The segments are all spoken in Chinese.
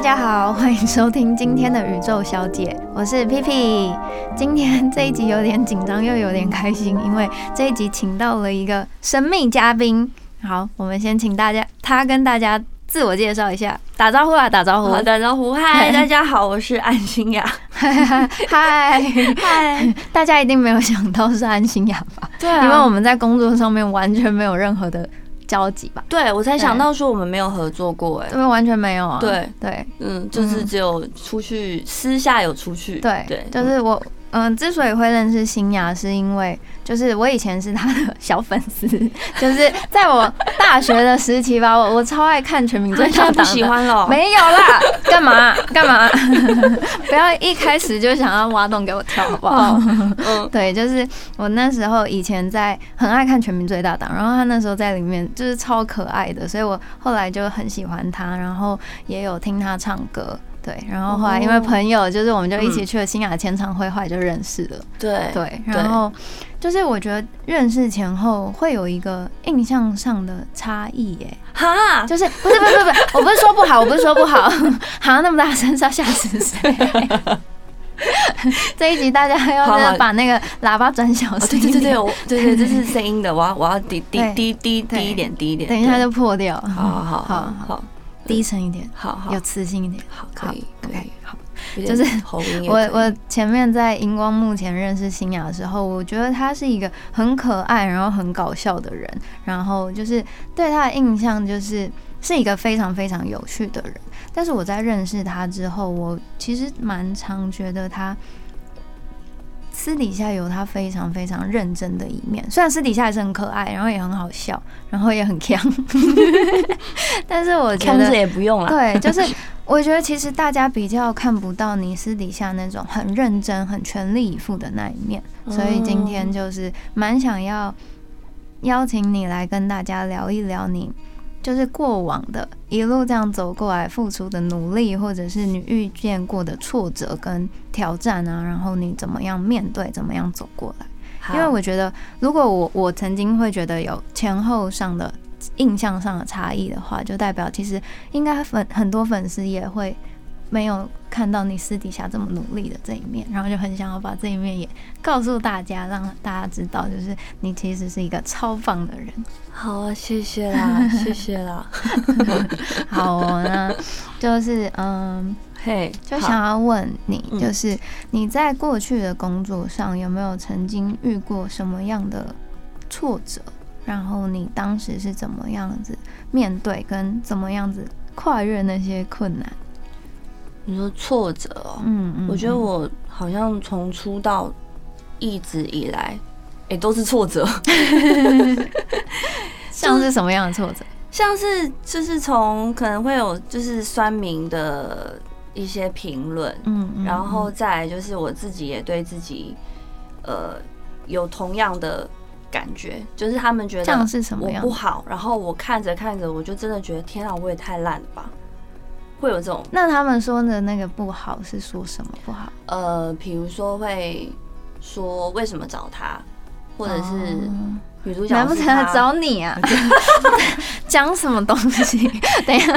家好，欢迎收听今天的宇宙小姐，我是 P P。今天这一集有点紧张，又有点开心，因为这一集请到了一个神秘嘉宾。好，我们先请大家，他跟大家自我介绍一下，打招呼啊，打招呼。好，打招呼，嗨，大家好，我是安心雅， 嗨，嗨，大家一定没有想到是安心雅吧？ 对因为我啊，们在工作上面完全没有任何的交集吧？对我才想到说我们没有合作过，哎因，为完全没有啊。对对嗯，就是只有出去私下有出去，对对，就是我。嗯，之所以会认识新雅，是因为就是我以前是她的 小粉丝，就是在我大学的时期吧，我我超爱看《全民真最的强不党》喜的，欢了，没有啦，干嘛干嘛？ 不要一开始就想要挖洞给我跳，好不 好？嗯，对，就是我那时候以前在很爱看《全民最大党》，然后他那时候在里面就是超可爱的，所以我后来就很喜欢他，然后也有听他唱歌。对，然后后来因为哦朋友，就是我们就一起嗯去了新雅签唱会，后来就认识了。对，对，然后就是我觉得认识前后会有一个印象上的差异，耶，哈，就是不是不是不是，我不是说不好，我不是说不好，好像那么大声是要吓死谁？ 这一集大家要好真好的把那个喇叭转小哦声对一对点，对对，我对对，这是声音的，我要我要低低对低低对低一点，低一点，等一下对，就破掉，好好好好好低沉一点，好好有磁性一点。好可以可 OK，以，好。有就点是喉音也我可以我前面在荧光幕前认识新雅的时候，我觉得她是一个很可爱，然后很搞笑的人，然后就是对她的印象就是是一个非常非常有趣的人。但是我在认识她之后，我其实蛮常觉得她。私底下有她非常非常认真的一面，虽然私底下也是很可爱，然后也很好笑，然后也很强， 但是我觉看得着也不用了，对，就是我觉得其实大家比较看不到你私底下那种很认真、很全力以赴的那一面，嗯所以今天就是蛮想要邀请你来跟大家聊一聊你。就是过往的一路这样走过来付出的努力，或者是你遇见过的挫折跟挑战啊，然后你怎么样面对，怎么样走过来。好因为我觉得，如果我我曾经会觉得有前后上的印象上的差异的话，就代表其实应该粉很多粉丝也会没有看到你私底下这么努力的这一面，然后就很想要把这一面也告诉大家，让大家知道，就是你其实是一个超棒的人。 好啊，谢谢啦，谢谢啦，好、哦，那就是嗯，嘿，就好想要问你，嗯就是你在过去的工作上有没有曾经遇过什么样的挫折？然后你当时是怎么样子面对，跟怎么样子跨越那些困难？你说挫折哦，嗯嗯，我觉得我好像从出道一直以来，哎、都是挫折， 像是什么样的挫折？像是就是从可能会有就是酸民的一些评论，嗯，嗯然后再来就是我自己也对自己，呃，有同样的感觉，就是他们觉这样得是什么我样不？好，然后我看着看着，我就真的觉得天啊，我也太烂了吧，会有这种那他们说的那个不好是说什么不好？呃，比如说会说为什么找他，或者是哦女主角难不是成他来找你啊？ 讲什么东西？ 等一下，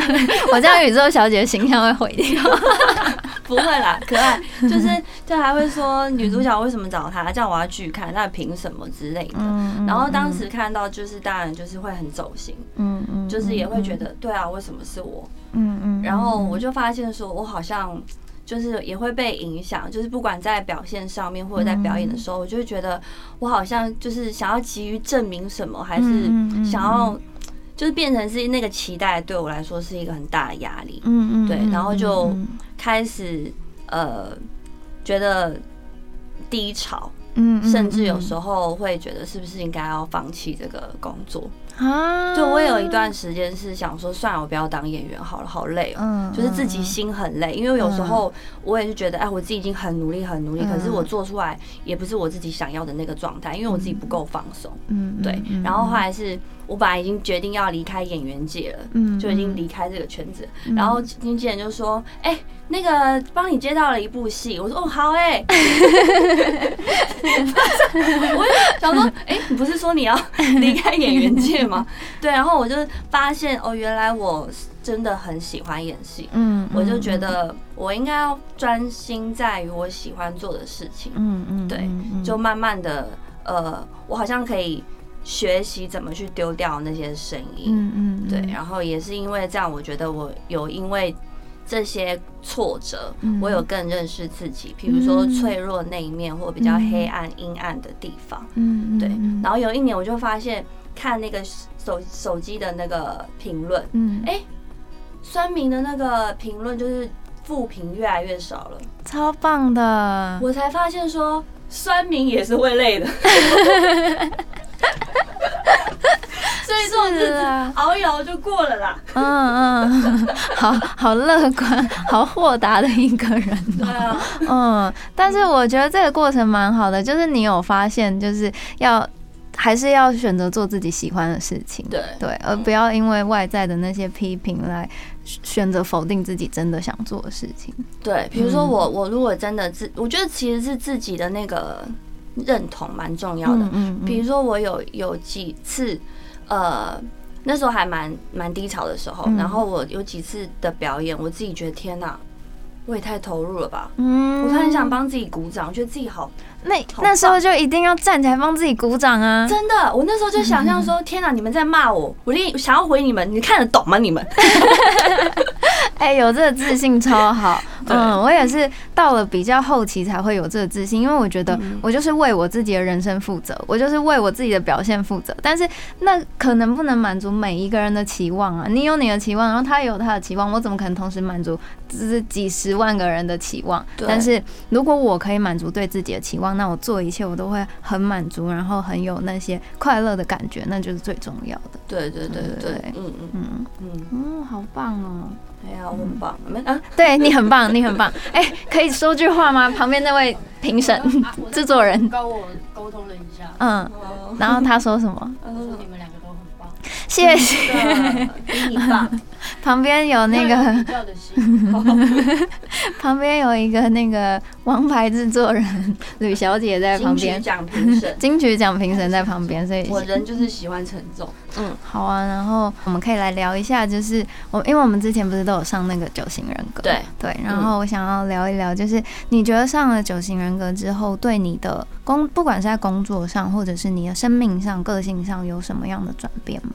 我这样宇宙小姐的形象会毁掉。 不会 啦，可爱，就是就还会说女主角为什么找他，叫我要去看，那凭什么之类的。嗯然后当时看到，就是当然就是会很走心，嗯嗯，就是也会觉得对啊，为什么是我？嗯嗯，然后我就发现说，我好像就是也会被影响，就是不管在表现上面或者在表演的嗯时候，我就会觉得我好像就是想要急于证明什么，还是嗯嗯嗯想要就是变成是那个期待，对我来说是一个很大的压力。嗯嗯，对嗯然后就嗯开始呃觉得低潮，嗯，嗯甚至有时候会觉得是不是应该要放弃这个工作。嗯啊，就我有一段时间是想说，算了，我不要当演员好了，好累哦。嗯，嗯，嗯就是自己心很累，因为有时候我也是觉得，哎，我自己已经很努力很努力，嗯可是我做出来也不是我自己想要的那个状态，因为我自己不够放松。嗯，嗯对，然后后，来是我本来已经决定要离开演员界了，嗯就已经，离开这个圈子。然后经纪人就说：“哎、那个帮你接到了一部戏。”我说：“哦，好哎、 我就想说：“哎、你不 是说你要离开演员界吗？”对，然后我就发现哦，原来我真的很喜欢演戏，嗯，我就觉得我应该要专心在于我喜欢做的事情，嗯，嗯嗯，对嗯，嗯就慢慢的，呃，我好像可以学习怎么去丢掉那些声音，嗯嗯，对，嗯然后也是因为这样，我觉得我有因为这些挫折，嗯我有更认识自己，譬如说嗯脆弱那一面或比较黑暗、阴暗的地方，嗯，嗯对嗯。然后有一年我就发现看那个手手机的那个评论，嗯，哎、酸民的那个评论就是负评越来越少了，超棒的！我才发现说酸民也是会累的。 所以说我是日子啊熬一熬就过 了啦。嗯嗯， 好好乐观、好豁达的一个人对啊，哦。嗯，但是我觉得这个过程蛮好的，就是你有发现，就是要还是要选择做自己喜欢的事情，对对，而不要因为外在的那些批评来选择否定自己真的想做的事情。对，比如说我，我如果真的自，我觉得其实是自己的那个认同蛮重要的。嗯比如说我有有几次，呃，那时候还蛮蛮低潮的时候嗯，然后我有几次的表演，我自己觉得天哪，我也太投入了吧。嗯我很想帮自己鼓掌，我觉得自己好，那好那时候就一定要站起来帮自己鼓掌啊！真的，我那时候就想象说，天哪，你们在骂我，我连想要回你们，你看得懂吗？你们？。哎、有这个自信超 好对嗯，我也是到了比较后期才会有这个自信，因为我觉得嗯我就是为我自己的人生负责，我就是为我自己的表现负责。但是那可能不能满足每一个人的期望啊，你有你的期望，然后他也有他的期望，我怎么可能同时满足就是几十万个人的期望？对但是如果我可以满足对自己的期望，那我做一切我都会很满足，然后很有那些快乐的感觉，那就是最重要的。对对对对对，嗯嗯嗯嗯，嗯，好棒哦。哎呀，我很棒，没啊，对你很棒，你很棒。 哎、可以说句话吗？旁边那位评 审制作人，跟我沟通了一下，嗯，哦，然后他说什 么？他说你们两个都很棒，谢谢。比你棒，旁边有那要有个， 比较的心，旁边有一个那个王牌制作人 吕小姐在旁金曲边，，奖评 审金曲奖评审在旁边，所以我人就是喜欢沉重，嗯，好啊。然后我们可以来聊一下，就是我，因为我们之前不是都有上那个九型人格，对，对，然后我想要聊一聊，就是你觉得上了九型人格之后，对你的工，不管是在工作上，或者是你的生命上、个性上，有什么样的转变吗？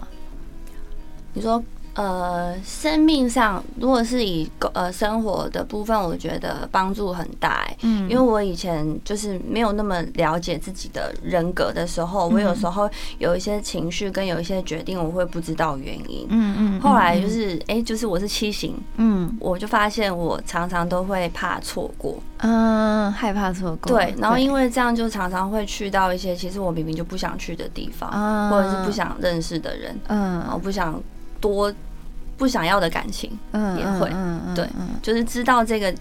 你说。呃，生命上如果是以呃生活的部分，我觉得帮助很大、欸，嗯因为我以前就是没有那么了解自己的人格的时嗯候，我有时候有一些情绪跟有一些决定，我会不知道原因。嗯嗯，后来就是，哎、就是我是七型，嗯我就发现我常常都会怕错过，嗯、呃害怕错过，对，然后因为这样就常常会去到一些其实我明明就不想去的地方，啊或者是不，想认识的人，然后嗯不想多不想要的感情，嗯也会嗯嗯对嗯就是知道这个。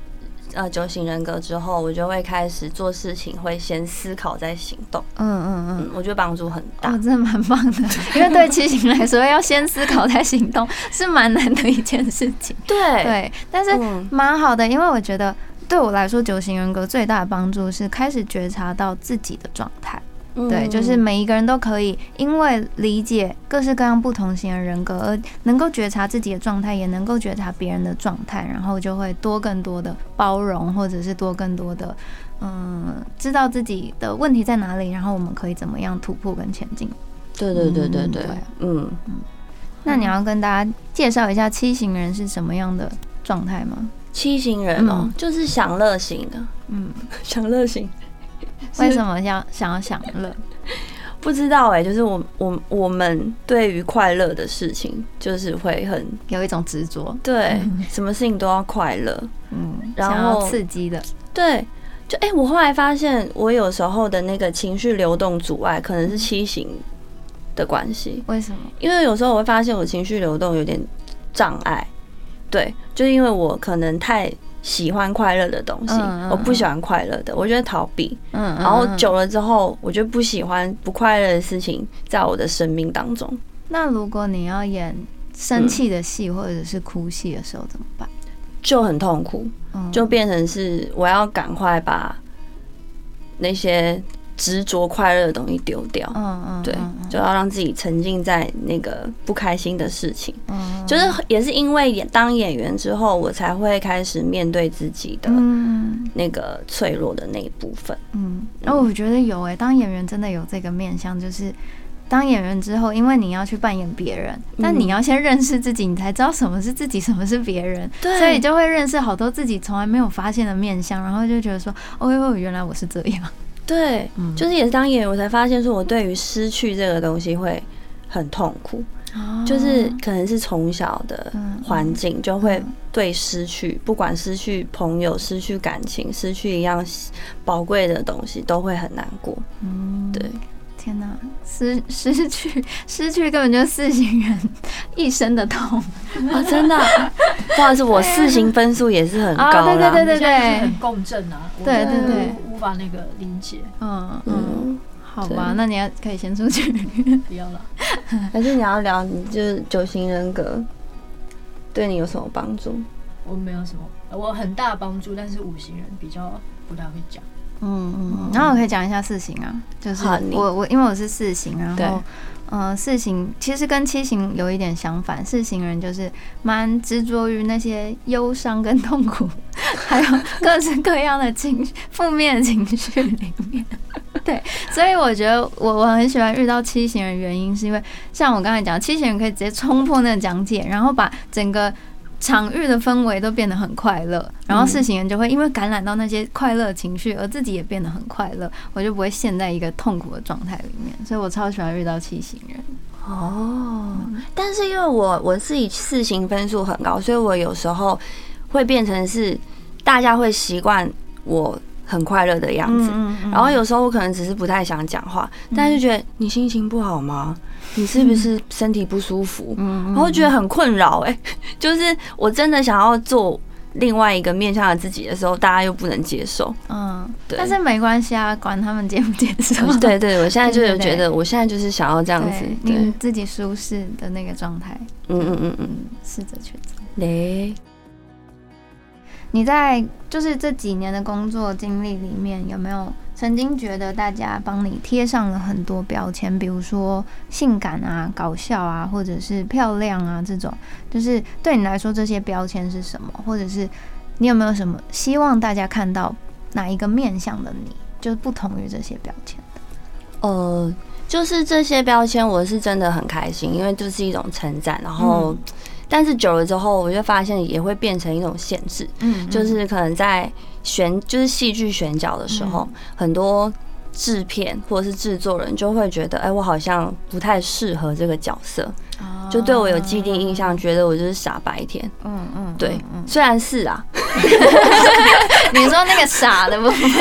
呃，九型人格之后，我就会开始做事情，会先思考再行动。嗯嗯。嗯，我觉得帮助很大哦，。真的蛮棒的，因为对七型来说，要先思考再行动是蛮难的一件事情。对，对，但是嗯，蛮好的，因为我觉得对我来说，九型人格最大的帮助是开始觉察到自己的状态。对，就是嗯每一个人都可以因为理解各式各样不同型的人格，而能够觉察自己的状态，也能够觉察别人的状态，然后就会多更多的包容，或者是多更多的。嗯，知道自己的问题在哪里，然后我们可以怎么样突破跟前进。对对对对嗯对对，嗯，那你要跟大家介绍一下七型人是什么样的状态吗？七型人哦嗯，就是享乐型 的，嗯，享乐型。为什么要想要享乐？不知道哎、就是我我我们对于快乐的事情，就是会很有一种执着，对，什么事情都要快乐。嗯，然想要后刺激的，对，就哎、我后来发现，我有时候的那个情绪流动阻碍，可能是七型的关系，为什么？因为有时候我会发现我情绪流动有点障碍，对，就是因为我可能太。喜欢快乐的东西，嗯嗯我不喜欢快乐的，我觉得逃避。嗯，然后嗯嗯久了之后，我就不喜欢不快乐的事情在我的生命当中。那如果你要演生气的戏或者是哭戏的时候怎么办？就很痛苦，嗯就变成是我要赶快把那些执着快乐的东西丢掉，嗯嗯对嗯，就要让自己沉浸在那个不开心的事情。嗯嗯就是也是因为演当演员之后，我才会开始面对自己的嗯那个脆弱的那一部分。嗯，然后我觉得有哎、当演员真的有这个面向，就是当演员之后，因为你要去扮演别人，嗯但你要先认识自己，你才知道什么是自己，什么是别人，对所以就会认识好多自己从来没有发现的面相，然后就觉得说，哦哟，原来我是这样，对，嗯就是也是当演员，我才发现说我对于失去这个东西会很痛苦，就是可能是从小的哦嗯环境就会对失去，不管失去朋友、失去感情、失去一样宝贵的东西，都会很难过。嗯对。天哪，失失去失去根本就是四行人一生的痛 啊，真的、啊，不好意思，我对啊四型分数也是很高啊！对对对啦。对对对很，共振啊，我对真的对对无无法那个理解，嗯嗯，嗯，好吧，那你要可以先出去。不要了。嗯还是你要聊你就是九型人格对你有什么帮助？我没有什么，我很大帮助，但是五行人比较不太会 讲。嗯嗯，嗯，然后我可以讲一下四型啊，就是好你我我因为我是四型，然对后嗯、呃四型其实跟七型有一点相反，四型人就是蛮执着于那些忧伤跟痛苦，还有各式各样的情绪负面的情绪里面。 对，所以我觉得我我很喜欢遇到七型人，原因是因为像我刚才讲，七型人可以直接冲破那个讲解，然后把整个场域的氛围都变得很快乐，然后事情人就会因为感染到那些快乐情绪，而自己也变得很快乐，我就不会陷在一个痛苦的状态里面，所以我超喜欢遇到七型人。哦，但是因为我我自己四型分数很高，所以我有时候会变成是大家会习惯我很快乐的样子。嗯嗯然后有时候我可能只是不太想讲话，但是觉得你心情不好吗？你是不是身体不舒服？嗯然后觉得很困扰，哎， 就是我真的想要做另外一个面向的自己的时候，大家又不能接受。嗯，对但是没关系啊，管他们接不接受。我对对，我现在就对是对对觉得，我现在就是想要这样子 对，。对，你自己舒适的那个状态，嗯嗯嗯嗯，试着去做。嘞，你在就是这几年的工作经历里面，有没有曾经觉得大家帮你贴上了很多标签，比如说性感啊、搞笑啊，或者是漂亮啊这种？就是对你来说，这些标签是什么？或者是你有没有什么希望大家看到哪一个面向的你，就是不同于这些标签？呃，就是这些标签，我是真的很开心，因为就是一种称赞。然后，但是久了之后，我就发现也会变成一种限制，嗯就是可能在选就是戏剧选角的时嗯候，很多制片或者是制作人就会觉得，哎，我好像不太适合这个角色，就对我有既定印象，觉得我就是傻白甜。哦嗯嗯，对嗯，虽然是啊，你说那个傻的部分，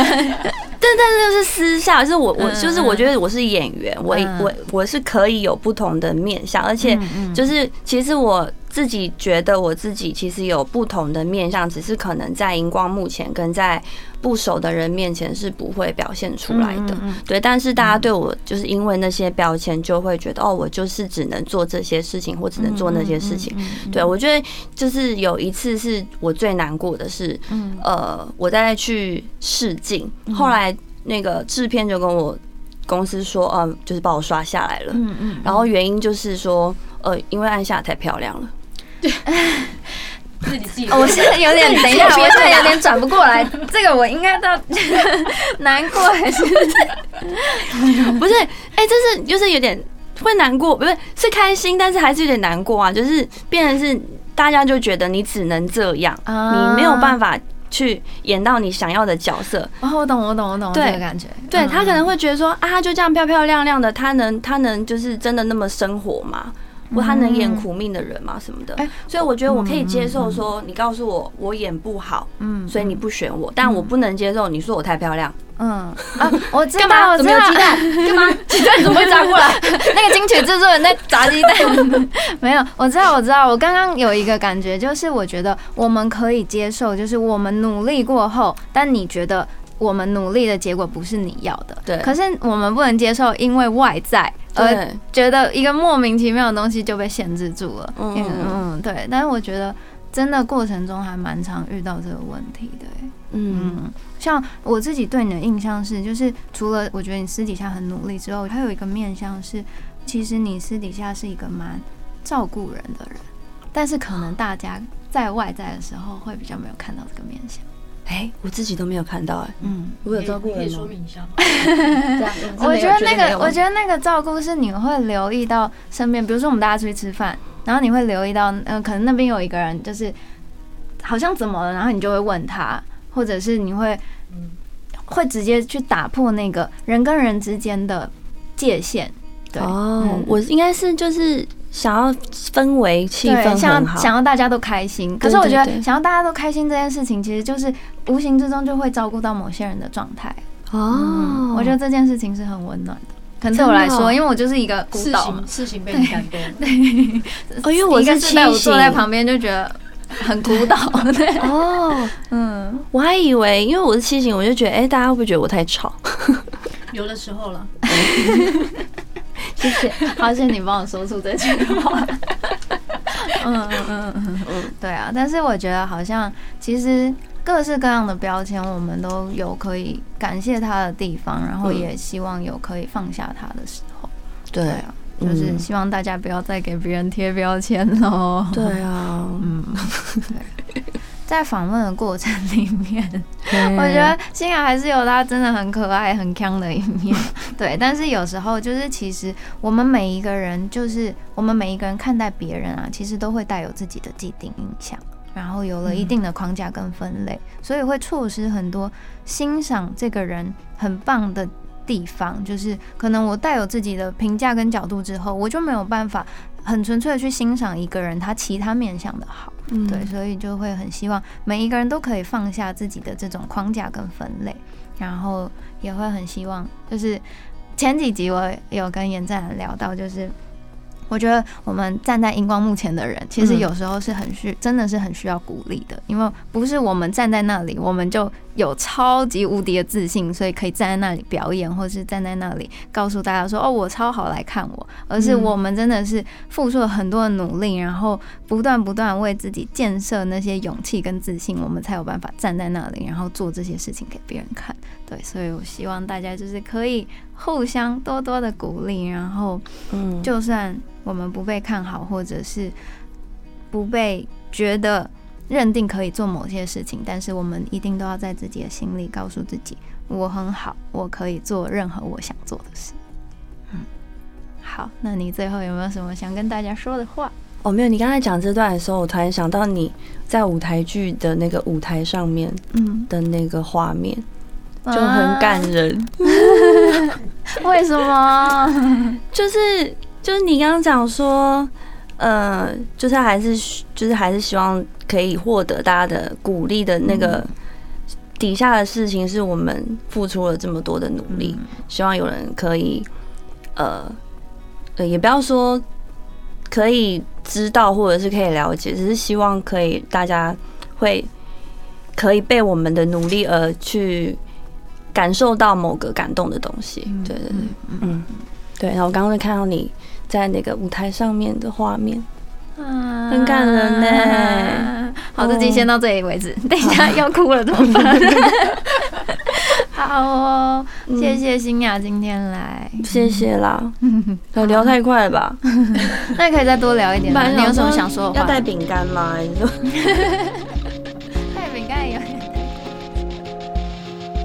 但但是就是私下，就是我我嗯就是我觉得我是演员，我嗯我我是可以有不同的面相，而且嗯就是其实我自己觉得我自己其实有不同的面相，只是可能在荧光幕前跟在不熟的人面前是不会表现出来的。嗯嗯嗯对，但是大家对我就是因为那些标签，就会觉得哦，我就是只能做这些事情，或只能做那些事情。嗯嗯嗯嗯对我觉得就是有一次是我最难过的是，嗯呃，我在去试镜，后来那个制片就跟我公司说，嗯，就是把我刷下来了。嗯嗯，然后原因就是说，呃，因为安夏太漂亮了。 自己自己， 哦我现在有 点，等一下，我现在有点转不过来。这个我应该到 难过还是？不是，哎、这是就是有点会难过，不是是开心，但是还是有点难过啊。就是变成是大家就觉得你只能这样，啊 你没有办法去演到你想要的角色。哦，我懂，我懂，我懂对这个感觉。对嗯他可能会觉得说啊，她就这样漂漂亮亮的，他能他能就是真的那么生活吗？或他能演苦命的人吗？什么的哎，所以我觉得我可以接受说，你告诉我我演不好，嗯所以你不选我，但我不能接受你说我太漂 亮，嗯啊，我知道，干嘛？我怎知么道有鸡蛋？干嘛？鸡蛋怎么会砸过来？ 那个金曲制作人在砸鸡蛋， 没有，我知道，我知道，我刚刚有一个感觉，就是我觉得我们可以接受，就是我们努力过后，但你觉得我们努力的结果不是你要的，对可是我们不能接受，因为外在而 对嗯觉得一个莫名其妙的东西就被限制住了，嗯嗯嗯，对，但是我觉得真的过程中还蛮常遇到这个问题的、欸嗯，嗯，像我自己对你的印象是，就是除了我觉得你私底下很努力之后，还有一个面向是，其实你私底下是一个蛮照顾人的人。但是可能大家在外在的时候会比较没有看到这个面相。哎，我自己都没有看到哎，嗯，我有照顾你可以人说吗？明 一下吗？这样真的我有觉得那没个，有我觉得那个照顾是你会留意到身边，比如说我们大家出去吃饭，然后你会留意到，嗯、可能那边有一个人就是好像怎么了，然后你就会问他，或者是你会嗯，会直接去打破那个人跟人之间的界限。对，哦嗯，我应该是就是想要氛围气对，氛想很要好，想要大家都开心。可对是我觉对得对想要大家都开心这件事情，其实就是无形之中就会照顾到某些人的状态。哦嗯，，我觉得这件事情是很温暖的。可能对真我的来说，哦因为我就是一个孤事岛嘛情，事情被你感 动了，哦，因为我一个七被我型坐在旁边就觉得很孤 岛。 对，哦，嗯，我还以为因为我是七型，我就觉得哎，大家会不会觉得我太吵？有的时候了，谢谢，好，谢谢你帮我说出这句话。 嗯嗯嗯嗯嗯，对啊，但是我觉得好像其实各式各样的标签，我们都有可以感谢他的地方，然后嗯也希望有可以放下他的时候。 对对啊，就是嗯希望大家不要再给别人贴标签喽。对啊，嗯， 对，在访问的过程里面，我觉得欣雅还是有她真的很可爱、很强的一面。对，但是有时候就是，其实我们每一个人，就是我们每一个人看待别人啊，其实都会带有自己的既定印象。然后有了一定的框架跟分类，所以会错失很多欣赏这个人很棒的地方。就是可能我带有自己的评价跟角度之后，我就没有办法很纯粹的去欣赏一个人他其他面向的好。嗯对，所以就会很希望每一个人都可以放下自己的这种框架跟分类，然后也会很希望，就是前几集我有跟严湛聊到，就是我觉得我们站在荧光幕前的人，其实嗯有时候是很需，真的是很需要鼓励的，因为不是我们站在那里，我们就有超级无敌的自信，所以可以站在那里表演，或是站在那里告诉大家说，哦，我超好来看我，而是嗯我们真的是付出了很多的努力，然后不断不断为自己建设那些勇气跟自信，我们才有办法站在那里，然后做这些事情给别人看。对，所以我希望大家就是可以互相多多的鼓励，然后嗯就算我们不被看好，或者是不被觉得认定可以做某些事情，但是我们一定都要在自己的心里告诉自己，我很好，我可以做任何我想做的事。嗯，好，那你最后有没有什么想跟大家说的话？哦，没有，你刚才讲这段的时候，我突然想到你在舞台剧的那个舞台上面嗯，的那个画面，就很感人。啊。为什么？就是就是你刚刚讲说，呃，就是还是就是还是希望可以获得大家的鼓励的那个底下的事情，是我们付出了这么多的努 力，希望有人可以，呃，呃，也不要说可以知道或者是可以了解，只是希望可以大家会可以被我们的努力而去感受到某个感动的东西。嗯对对嗯对。嗯嗯，对。然后我刚刚就看到你在那个舞台上面的画面，很感人呢 好，这集先到这里为止。等一下要哭了怎么办？ 好哦，嗯谢谢新雅今天来，谢谢 啦。呃聊太快了吧？那可以再多聊一点吗。啊你有什么想说的啊要话？带饼干吗？你说。带饼干也有点。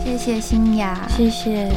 谢谢新雅，谢谢。